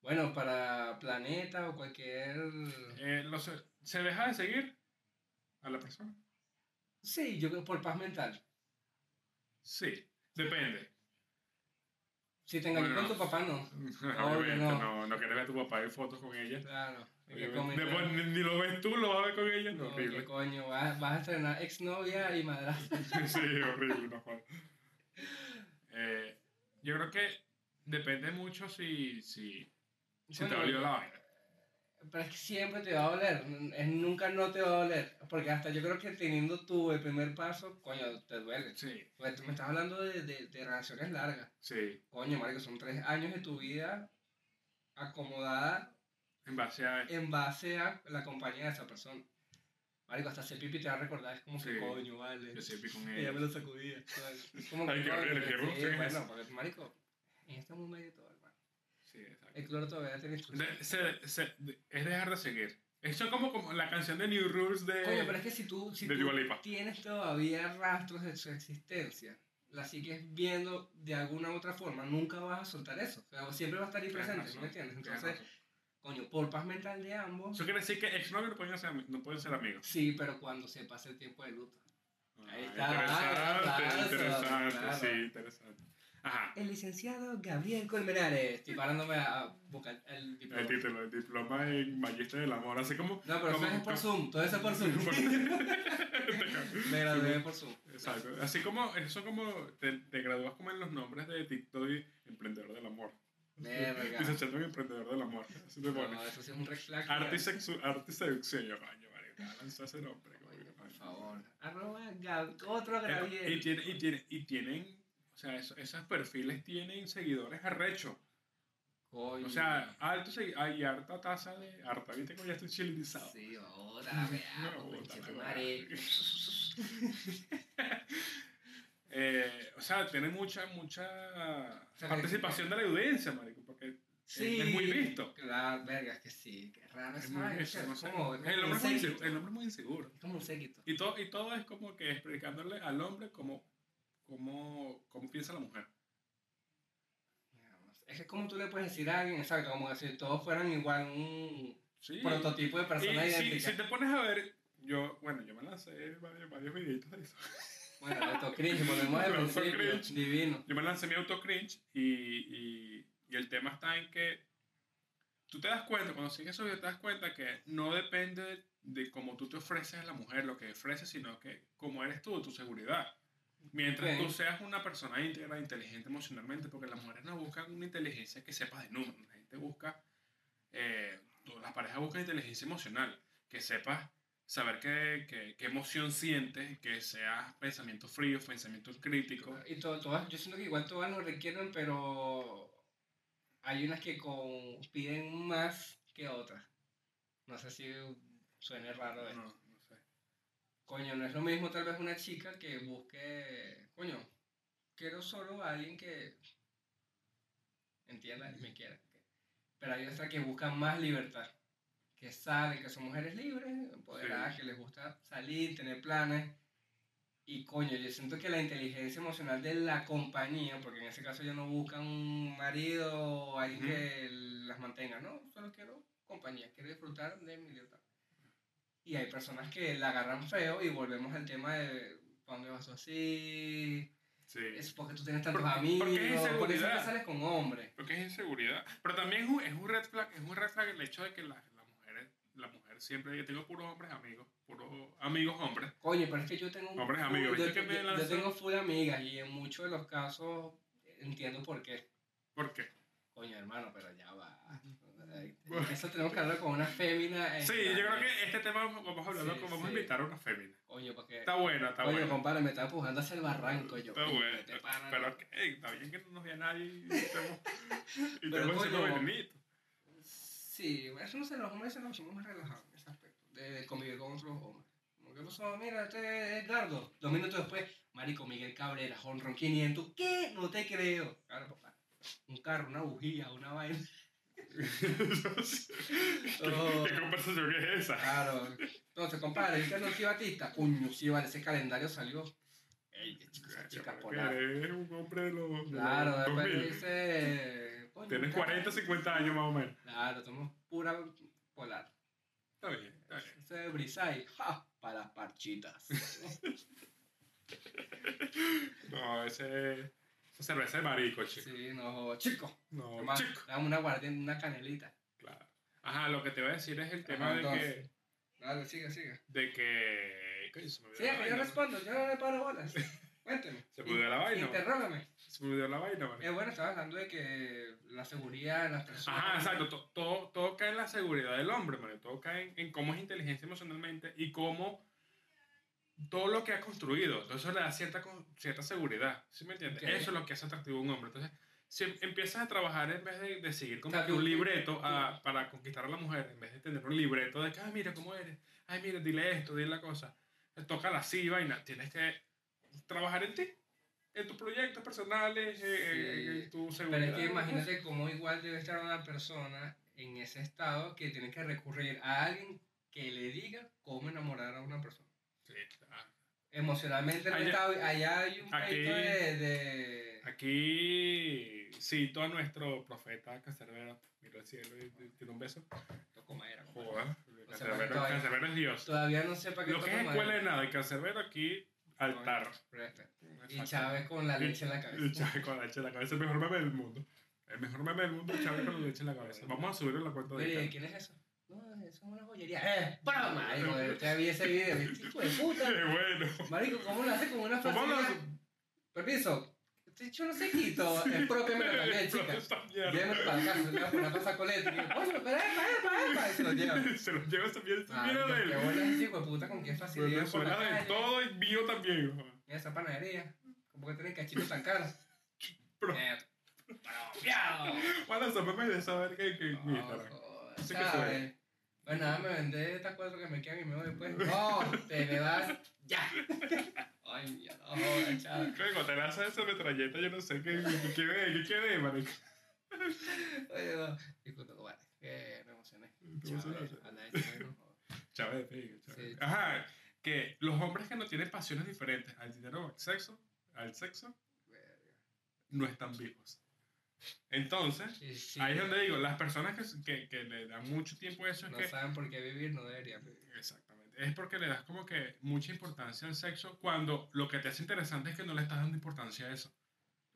Bueno, para Planeta o cualquier...
Eh, los- ¿Se deja de seguir a la persona?
Sí, yo creo por paz mental.
Sí, depende.
Si te engañé
Bueno.
con tu papá, no.
(laughs) Obviamente,
no.
no, no quieres ver a tu papá en fotos con ella.
Claro. porque como-
Después, ni, ni lo ves tú, lo vas a ver con ella. No,
No,
horrible. (laughs)
¿qué coño? Vas, vas a estrenar exnovia y madrastra.
sí, horrible, no jodas. Eh, yo creo que depende mucho si, si, si te
Coño,
valió la vaina.
Pero es que siempre te va a doler, n- es- nunca no te va a doler. Porque hasta yo creo que teniendo tú el primer paso, coño, te duele.
Sí,
Porque tú me estás hablando de, de, de relaciones largas.
sí.
Coño, marico, son tres años de tu vida acomodada
En base a.
en base a la compañía de esa persona. Marico, hasta ese pipi te va a recordar, es como
Sí.
que coño, vale.
Yo siempre con
Ella
ella.
me lo sacudía.
(laughs)
Es como
Ay, qué
coño,
horrible, qué
sí,
horrible.
bueno, porque, marico, en este mundo hay de todo, hermano.
Sí, exacto.
El cloro todavía tiene sus-
De- se- se- de- es dejar de seguir. Eso es como, como la canción de New Rules de.
Coño, pero es que si tú, si
de
tú
Dua Lipa.
tienes todavía rastros de su existencia, la sigues viendo de alguna u otra forma, nunca vas a soltar eso. O sea, siempre va a estar ahí
Tienes
presente,
razón,
¿sí ¿me entiendes?
tienes
Entonces,
razón.
coño, por paz mental de ambos,
Eso quiere decir que exnovios no pueden ser, ami- no pueden ser amigos.
sí, pero cuando se pase el tiempo de luto. Ahí
Ah,
está, abrazo,
Interesante, interesante,
claro.
sí, interesante. Ajá.
El licenciado Gabriel Colmenares, estoy parándome a a buscar el diploma.
El título, el diploma en Magister del Amor, así como.
No, pero eso
como-
es por
como-
Zoom, todo eso es por
(laughs)
Zoom. (laughs) Me gradué por Zoom.
Exacto. Así como, eso como te, te gradúas como en los nombres de TikTok y Emprendedor del Amor.
Verga.
Licenciado en Emprendedor del Amor. Así te pones.
No, eso sí es un red flag.
Arte, y sexu- arte y seducción. Yo, coño, vale, te lanzó ese nombre. como que,
Coño, Por
coño.
favor. Arroba Gab- otro Gabriel.
Y, tiene- y, tiene- y tienen, o sea, eso- esos perfiles tienen seguidores arrechos.
Coño.
O sea, alto segui- hay harta tasa de harta. Viste como ya estoy chilinizado.
Sí, (laughs) ahora
No,
veamos,
bótame,
madre.
(laughs)
(laughs)
Eh, o sea, tiene mucha, mucha
sea,
participación de la audiencia, marico, porque
Sí. Ah,
es muy visto.
Claro, verga, es que sí. Qué raro
es
es
muy-
más.
eso, no
Es
sé.
como
el, hombre
un
es muy
séquito.
inseguro, el hombre es muy inseguro.
Es como un séquito.
Y, todo y todo es como que explicándole al hombre cómo, cómo, cómo piensa la mujer.
Es que como tú le puedes decir a alguien, exacto, como que si todos fueran igual un
Sí.
prototipo de persona
Y si,
idéntica.
si te pones a ver, yo, bueno, yo me lancé varios, varios videitos de eso.
Bueno, autocringe, (laughs) volvemos al principio.
Autocringe.
Divino.
Yo me lancé mi auto cringe y, y, y el tema está en que tú te das cuenta, cuando sigues eso, te das cuenta que no depende de cómo tú te ofreces a la mujer, lo que ofreces, sino que cómo eres tú, tu seguridad. Mientras
Ok.
tú seas una persona íntegra, inteligente emocionalmente, porque las mujeres no buscan una inteligencia que sepas de números, la gente busca, eh, todas las parejas buscan inteligencia emocional, que sepas saber qué, qué, qué emoción sientes, que seas pensamiento frío, pensamiento crítico.
Y to- todas, yo siento que igual todas lo requieren, pero hay unas que con, piden más que otras. No sé si suene raro esto.
No, no sé.
Coño, no es lo mismo tal vez una chica que busque, coño, quiero solo a alguien que entienda y me quiera. Pero hay otra que busca más libertad, que salen, que son mujeres libres, empoderadas, que les gusta salir, tener planes. Y coño, yo siento que la inteligencia emocional de la compañía, porque en ese caso ya no buscan un marido o alguien
Ujú.
que las mantenga, no, solo quiero compañía, quiero disfrutar de mi libertad. Y hay personas que la agarran feo y volvemos al tema de ¿para dónde vas tú así?
Sí.
Es porque tú tienes tantos
Porque- porque es
amigos, porque
inseguridad.
siempre sales con hombres.
Porque es inseguridad. Pero también es un, es un red flag, es un red flag el hecho de que las las mujeres, la mujer siempre, yo tengo puros hombres amigos, puros amigos hombres.
Coño, pero es que yo tengo un
Hombres amigos,
yo,
¿viste que me
yo- yo
lanzó?
tengo full amigas y en muchos de los casos entiendo por qué.
¿Por qué?
Coño, hermano, pero ya va. Eso tenemos que hablar con una fémina.
Sí,
esta,
yo creo
eh.
que este tema vamos a hablarlo
Sí,
con, vamos a
sí.
invitar a una fémina.
Coño, porque.
Está buena, está
Coño,
buena.
compadre, me está empujando hacia el barranco. Yo,
Está
coño,
bueno.
este pana,
Pero que, eh, está bien que no nos vea nadie
(laughs)
y estamos, y
Pero,
estamos haciendo
coño. (laughs)
venenito.
Sí, eso no se los hombres se los somos más relajados en ese aspecto, de convivir con otros hombres. Como que pasó, mira, este es Dardo. Dos minutos después, Marico Miguel Cabrera, Honron 500. ¿Qué? No te creo. Claro, papá. Un carro, una bujía, una vaina.
¿Qué,
Oh.
(laughs) ¿Qué conversación es esa?
Claro. Entonces, compadre, ¿viste no sí Batista? Coño, sí, vale, ese calendario salió. Ey, qué chica, esa chica polar.
Eres un hombre de los. de los
Claro, después
2000.
te dice. coño,
Tienes 40, 50 años más o menos.
Claro, somos pura polar.
Está bien, está bien.
Ese de Brisay, ja, para las parchitas.
No, ese. Esa cerveza de marico, (laughs) chico.
Sí, no, chicos.
No,
Además,
chico.
dame una guardián, una canelita.
Claro. Ajá, lo que te voy a decir es el tema
Ajá,
de
entonces.
que.
Dale, sigue, sigue.
De que. Coño, se me olvidó
Sigue,
la
que yo
vaina.
respondo, yo no le paro bolas.
(laughs)
Cuénteme.
Se me olvidó la vaina.
Interrógame.
Se me olvidó la vaina, marico.
Eh, bueno, estaba hablando de que la seguridad de las personas.
Ajá, exacto. To- Todo, todo cae en la seguridad del hombre, marico. Todo cae en, en cómo es inteligencia emocionalmente y cómo todo lo que ha construido. Entonces eso le da cierta, con- cierta seguridad. ¿Sí me entiendes?
Ok.
Eso es lo que hace atractivo a un hombre. Entonces, si em- empiezas a trabajar en vez de, de seguir como
O sea,
que
tú-
un
tú-
libreto
tú-
a- para conquistar a la mujer, en vez de tener un libreto de que, ay, mira cómo eres, ay, mira, dile esto, dile la cosa, eh, toca la sí, vaina. Tienes que trabajar en ti, en tus proyectos personales, eh,
Sí.
en, en tu seguridad.
Pero es que imagínate cómo igual debe estar una persona en ese estado que tiene que recurrir a alguien que le diga cómo enamorar a una persona.
Sí, ah,
Emocionalmente, no
Allá-
está- allá hay un
aquí-
peito de, de-
Aquí cito a nuestro profeta Cancerbero. Miro al cielo y y tiro un beso.
Toco madera, compadre.
Joder,
O sea, para
Cancerbero,
que todavía-
Cancerbero es Dios.
Todavía no sepa qué
Lo que es
toco madera.
escuela de nada, y Cancerbero aquí, altar.
Respeto. Y Chávez con la leche en la
Y
cabeza.
Chávez con la leche en la cabeza, el mejor meme del mundo. El mejor meme del mundo, Chávez con la leche en la cabeza. Vamos a subirlo en la cuenta de
Oye,
Instagram.
¿quién es eso? No, eso es una joyería. ¡Eh, broma! Ay, joder, usted vi ese video. ¡Qué hijo de puta!
Qué bueno.
Marico, ¿cómo lo hace con una
¿Cómo lo
facilidad? Permiso. Este hecho no se quito. Es propio me lo
(laughs)
también, chica.
Esta
Llévame
mierda.
para acá, se le voy a poner a pasar con él. Y yo, Coño, pero epa, epa, epa. Y se lo lleva.
(laughs) Se lo lleva esta mierda, esta
Marico,
mierda de
Ah, qué
él.
bola ese hijo de puta con qué
Pues
facilidad por la
Venezuela de
calle.
todo y mío también. joder.
Mira esa panadería. ¿Cómo que tienen cachitos tan caros?
Pro-
Eh,
(laughs)
¡Propiado!
Bueno, esa meme de saber que. que-
No,
Instagram.
joder,
Así que
¿sabes? Pues nada, me vendé estas cuatro que me quedan y me voy después. No, te me vas
(laughs)
ya. Ay, mía, no, joder, chao.
Luego te lanzas esa metralleta, yo no sé qué, qué, qué ve, qué, qué ve, marico.
Oye, no. Disculpa, compadre, que me emocioné. Chao, eh, habla de eso, bueno, joder.
Chávez, pega,
Sí.
Chávez. Ajá, que los hombres que no tienen pasiones diferentes al dinero o al sexo, al sexo,
Verga.
no están vivos. Entonces,
Sí, sí,
ahí es donde digo, las personas que, que, que le dan mucho tiempo a eso es
No
que...
saben por qué vivir, no pues. deberían vivir.
Exactamente. Es porque le das como que mucha importancia al sexo cuando lo que te hace interesante es que no le estás dando importancia a eso.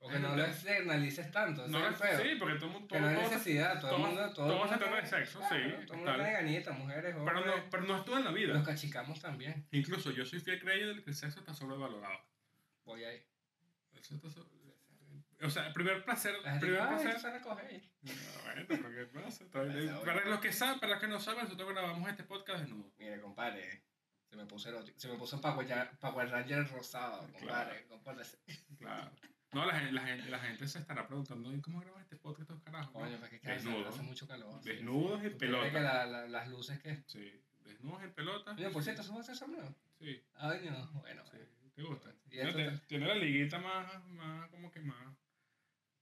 O que no lo externalices tanto, ese
No,
es el feo.
sí, porque todo el mundo...
que no hay
todo- todo-
necesidad, todo el
todos-
mundo... Todo el
todos se
mundo
trata de
tiene-
sexo,
claro,
sí,
Todo el mundo
tal.
tiene ganitas, mujeres,
pero,
hombres.
no, pero no es todo en la vida.
Los cachicamos también.
Incluso yo soy fiel creyente de que el sexo está sobrevalorado.
Voy ahí.
El sexo está sobre- O sea, el primer placer.
La gente,
primer
"Ay,
placer.
"Ah, se recoge".
No, bueno, pero ¿qué pasa? Está bien. eh,
Pasa,
Para
bueno.
los que saben, para los que no saben, nosotros grabamos este podcast desnudo.
Mire, compadre, se me puso erótico. Se me puso Power Ya- Power Ranger rosado, compadre. compórtese.
Claro. No, la, gen- la gente, la gente se estará preguntando, ¿y cómo grabas este podcast, estos carajos?
Coño, pues que hace,
Desnudo.
hace mucho calor. sí,
Desnudos
sí.
en
Usted cree
pelota.
que la- la- las luces que.
Sí, desnudos en pelota.
Oye, por cierto, ¿eso va a ser sombrero?
Sí,
Ay, no, bueno.
sí.
bueno.
¿Te gusta?
Y
No,
esto
te-
está-
tiene la liguita más, más, como que más.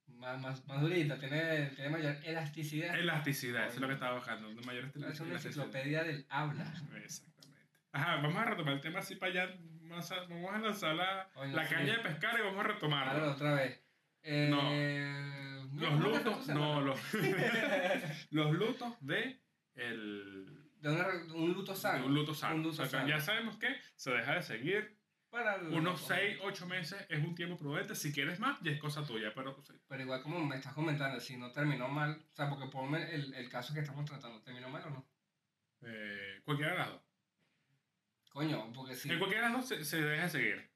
Más, más, más durita, tiene, tiene mayor elasticidad.
Elasticidad, eso es lo
Coño.
que estaba buscando. de mayor estil-
Es una
elasticidad.
enciclopedia del habla.
Exactamente. Ajá, vamos a retomar el tema así para allá. más a- vamos a lanzar la,
Coño,
la
sí.
caña de pescar y vamos a
Ahora
retomarla.
otra vez. Eh, mira,
Los
¿cómo te fue tu
lutos, no,
semana?
los, los (laughs) lutos de el
(laughs) De una- de un luto
de
sano.
un luto sano.
un luto
O sea,
sano.
Ya sabemos que se deja de seguir.
Para el-
Unos 6, 8 meses es un tiempo prudente. Si quieres más, ya es cosa tuya. Pero sí,
Pero igual como me estás comentando, si no terminó mal, o sea, porque ponme el, el caso que estamos tratando, ¿terminó mal o no?
eh, cualquiera de las dos.
Coño, porque si...
En cualquiera de las dos se, se deja de seguir.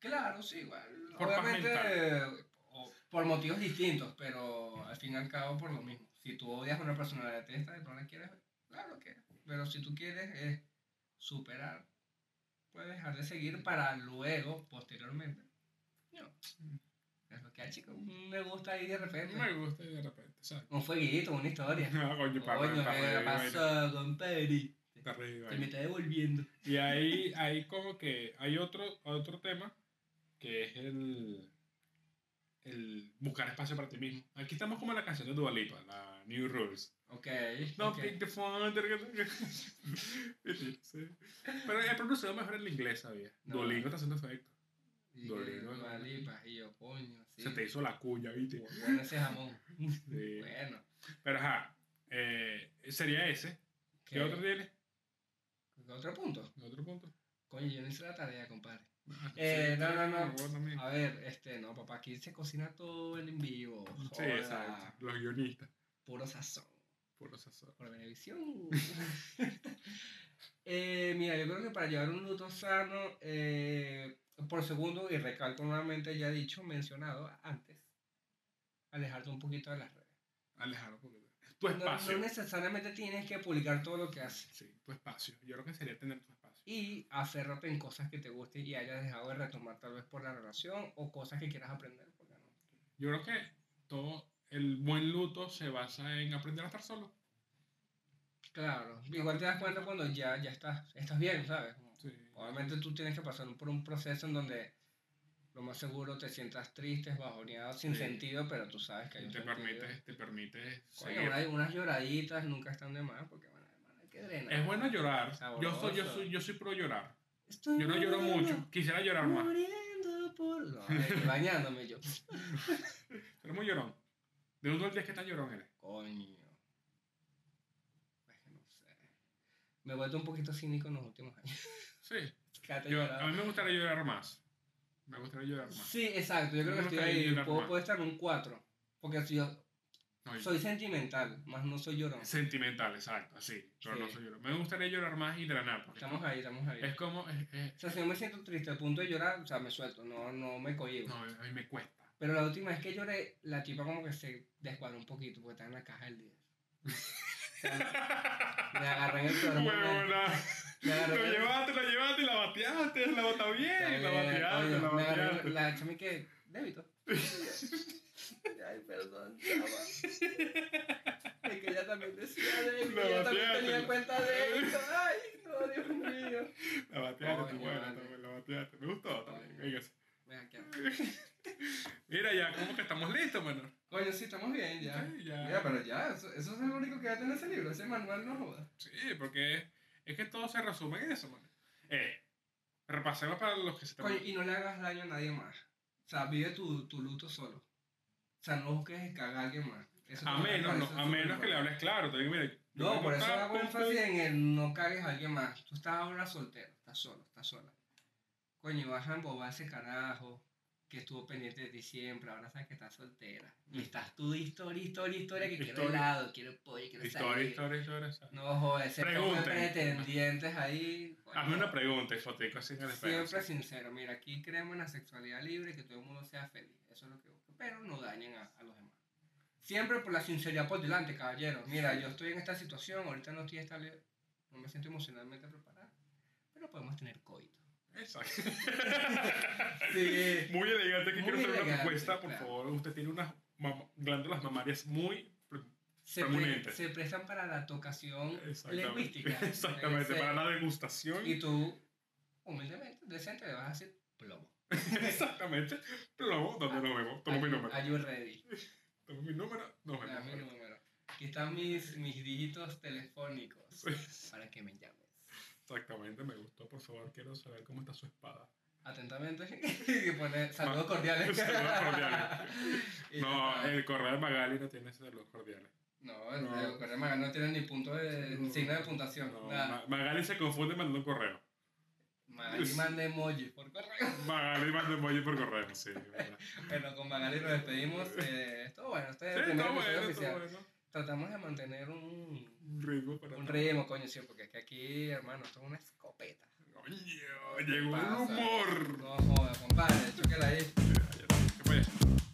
Claro, sí, igual.
Por paz
obviamente,
mental.
eh, o- por motivos distintos, pero al fin y al cabo por lo mismo. Si tú odias a una persona, la detestas y no la quieres, claro que. Pero si tú quieres es superar, puedes dejar de seguir para luego, posteriormente. No. Es lo que hay, chicos. Un me gusta ahí de repente.
Me gusta y de repente, (laughs) ¿sabes?
Un fueguito, una historia.
No, Ah, coño, para
Coño,
para
¿qué le
arriba, vaina,
pasó, compadre?
para arriba,
Se
vaina.
me está devolviendo.
Y ahí, ahí como que hay otro, otro tema que es el, el buscar espacio para ti mismo. Aquí estamos como en la canción de Dua Lipa, la New Rules.
Ok.
No
ok.
pick the founder. (laughs) Pero he pronunciado mejor el inglés, ¿sabías?
No.
Duolingo está haciendo efecto.
Y
Dolino, ¿no?
que Dualipa, y yo, coño, sí.
Se te hizo la cuya, ¿viste?
Bueno, ese jamón.
Sí.
Bueno.
Pero ajá, eh, sería ese. ¿Qué, otro tiene?
Otro punto.
¿Otro punto?
Coño, yo no hice la tarea, compadre.
Ah,
Eh,
sí,
no,
sí,
no, no.
me acuerdo también.
A ver, este, no, papá, aquí se cocina todo en vivo.
Sí,
Joda,
exacto. Los guionistas.
Puro sazón.
Por los asesores.
Por Venevisión. (laughs) Eh, mira, yo creo que para llevar un luto sano, eh, por segundo, y recalco nuevamente, ya dicho, mencionado antes, alejarte un poquito de las redes.
Alejarlo porque tu
No-
espacio.
no necesariamente tienes que publicar todo lo que haces.
Sí, tu espacio. Yo creo que sería tener tu espacio.
y hacerlo en cosas que te gusten y hayas dejado de retomar tal vez por la relación o cosas que quieras aprender. ¿por qué no?
Yo creo que todo el buen luto se basa en aprender a estar solo.
Claro, igual te das cuenta cuando ya, ya estás, estás bien, ¿sabes? Como-
Sí.
Obviamente tú tienes que pasar por un proceso en donde lo más seguro te sientas triste, bajoneado, sin
Sí.
sentido, pero tú sabes que hay
Y
un
te
sentido.
permites, te permites
Coño,
seguir.
unas, unas lloraditas nunca están de más porque, bueno, hermano, hay que drenar.
Es bueno llorar. Yo soy, yo
Sabroso.
soy, yo soy pro llorar.
Estoy
Yo no lloro mucho. Quisiera llorar más.
Muriendo por... No, estoy bañándome yo.
Pero muy llorón. De uno al diez, ¿qué tan llorón eres?
Coño. Es que no sé. Me he vuelto un poquito cínico en los últimos años. (laughs)
Sí.
Cata
Yo-
lloraba.
a mí me gustaría llorar más. Me gustaría llorar más.
Sí, exacto. Yo creo que
Nunca
estoy
he
ahí.
llorado
Puedo,
más.
puedo estar en un 4. Porque si yo
No,
soy sentimental, más no soy llorón.
Sentimental, exacto, así. Pero no
Sí.
soy llorón. Me gustaría llorar más y drenar. porque
Estamos ahí, estamos ahí.
Es como. es- es-
O sea, si yo me siento triste al punto de llorar, o sea, me suelto, no, no me cohibo.
no, a mí me (laughs) cuesta.
Pero la última vez que lloré, la tipa como que se descuadró un poquito porque estaba en la caja del día. Me agarré en el cuerpo. me-
(laughs) Huevona.
me agarré
Lo
en el-
llevaste, lo llevaste y la bateaste. La bata bien, la
Está
bateaste,
bien, coño,
la
me agarré
bateaste.
la chama y que
(laughs)
débito. Ay, perdón, chama. Es que ella también decía débito,
La
ella también
bateaste.
tenía cuenta débito. Ay, no, Dios mío.
La bateaste, está
Coño,
buena,
vale.
está buena, la bateaste. Me gustó también.
Coño.
venga, sí.
Mira, ¿qué hago?
Mira, ya, como que estamos listos, mano.
Coño, sí, estamos bien ya.
Sí,
Mira,
ya.
pero ya, eso, eso es lo único que va a tener ese libro, ese manual no joda.
Sí, porque es que todo se resume en eso, mano. Eh, repasemos para los que se
Coño,
están.
y no le hagas daño a nadie más. O sea, vive tu, tu luto solo. O sea, no busques cagar a alguien más. Eso
A
también me
menos, no,
parece
a
súper
menos que le
importante.
hables claro. Te digo, "Ah, pues, mire, yo
No,
tengo
por eso
tal
hago
punto
énfasis en el no cagues a alguien más. Tú estás ahora soltero, estás solo, estás sola. Coño, y vas a embobar ese carajo que estuvo pendiente de ti siempre, ahora sabes que estás soltera. Y estás tú de historia, historia, historia, que quiero
Historia.
helado, quiero pollo, quiero
Historia,
salir.
historia, historia. exacto.
No, joder, ese poco de
Pregunten.
pretendientes ahí. coño.
Hazme una pregunta y fotico así en el espejo.
Siempre sincero, mira, aquí creemos en la sexualidad libre, que todo el mundo sea feliz. Eso es lo que busco. Pero no dañen a, a los demás. Siempre por la sinceridad por delante, caballeros. Mira, yo estoy en esta situación, ahorita no estoy estable, no me siento emocionalmente preparado. Pero podemos tener coito. (laughs)
Exacto.
Sí.
Muy elegante. Aquí
Muy
quiero hacer una
elegante,
propuesta, por
claro.
favor. Usted tiene unas mam- glándulas mamarias muy. pre-
Se, pre-
Permanente.
se prestan para la tocación
Exactamente.
lingüística.
(laughs) Exactamente,
Debe
para
ser.
la degustación.
Y tú, humildemente, decente, le vas a decir
(laughs)
plomo.
(laughs) Exactamente. Plomo,
Ah,
donde nos vemos. Toma mi número.
Are you ready?
Toma mi número. Nos
Ah, mi
vemos.
número. Aquí están mis, mis dígitos telefónicos para que me llames.
Exactamente, me gustó. Por favor, quiero saber cómo está su espada.
Atentamente, (laughs) y pone saludos
Ma-
cordiales.
(laughs) Saludos cordiales.
(laughs) Y
No,
ya está.
el correo de Magali no tiene saludos cordiales.
no, el,
no.
el correo Magal no tiene ni punto de
No.
signo de puntuación.
No,
nada.
Ma- Magali se confunde mandando un correo.
Magali manda emojis por correo. (laughs)
Magali manda emoji por correo, sí. es verdad.
Bueno, con Magali nos despedimos. Eh, esto bueno, este es
Sí,
el primer
está
episodio
bueno,
oficial.
está bueno.
Tratamos de mantener un,
Un ritmo para
un
todo.
ritmo, coño, sí, porque es que aquí, hermano, esto es una escopeta.
Coño, llegó el
Pasa.
humor.
No jodas, compadre, chóquela ahí.
¿Qué fue?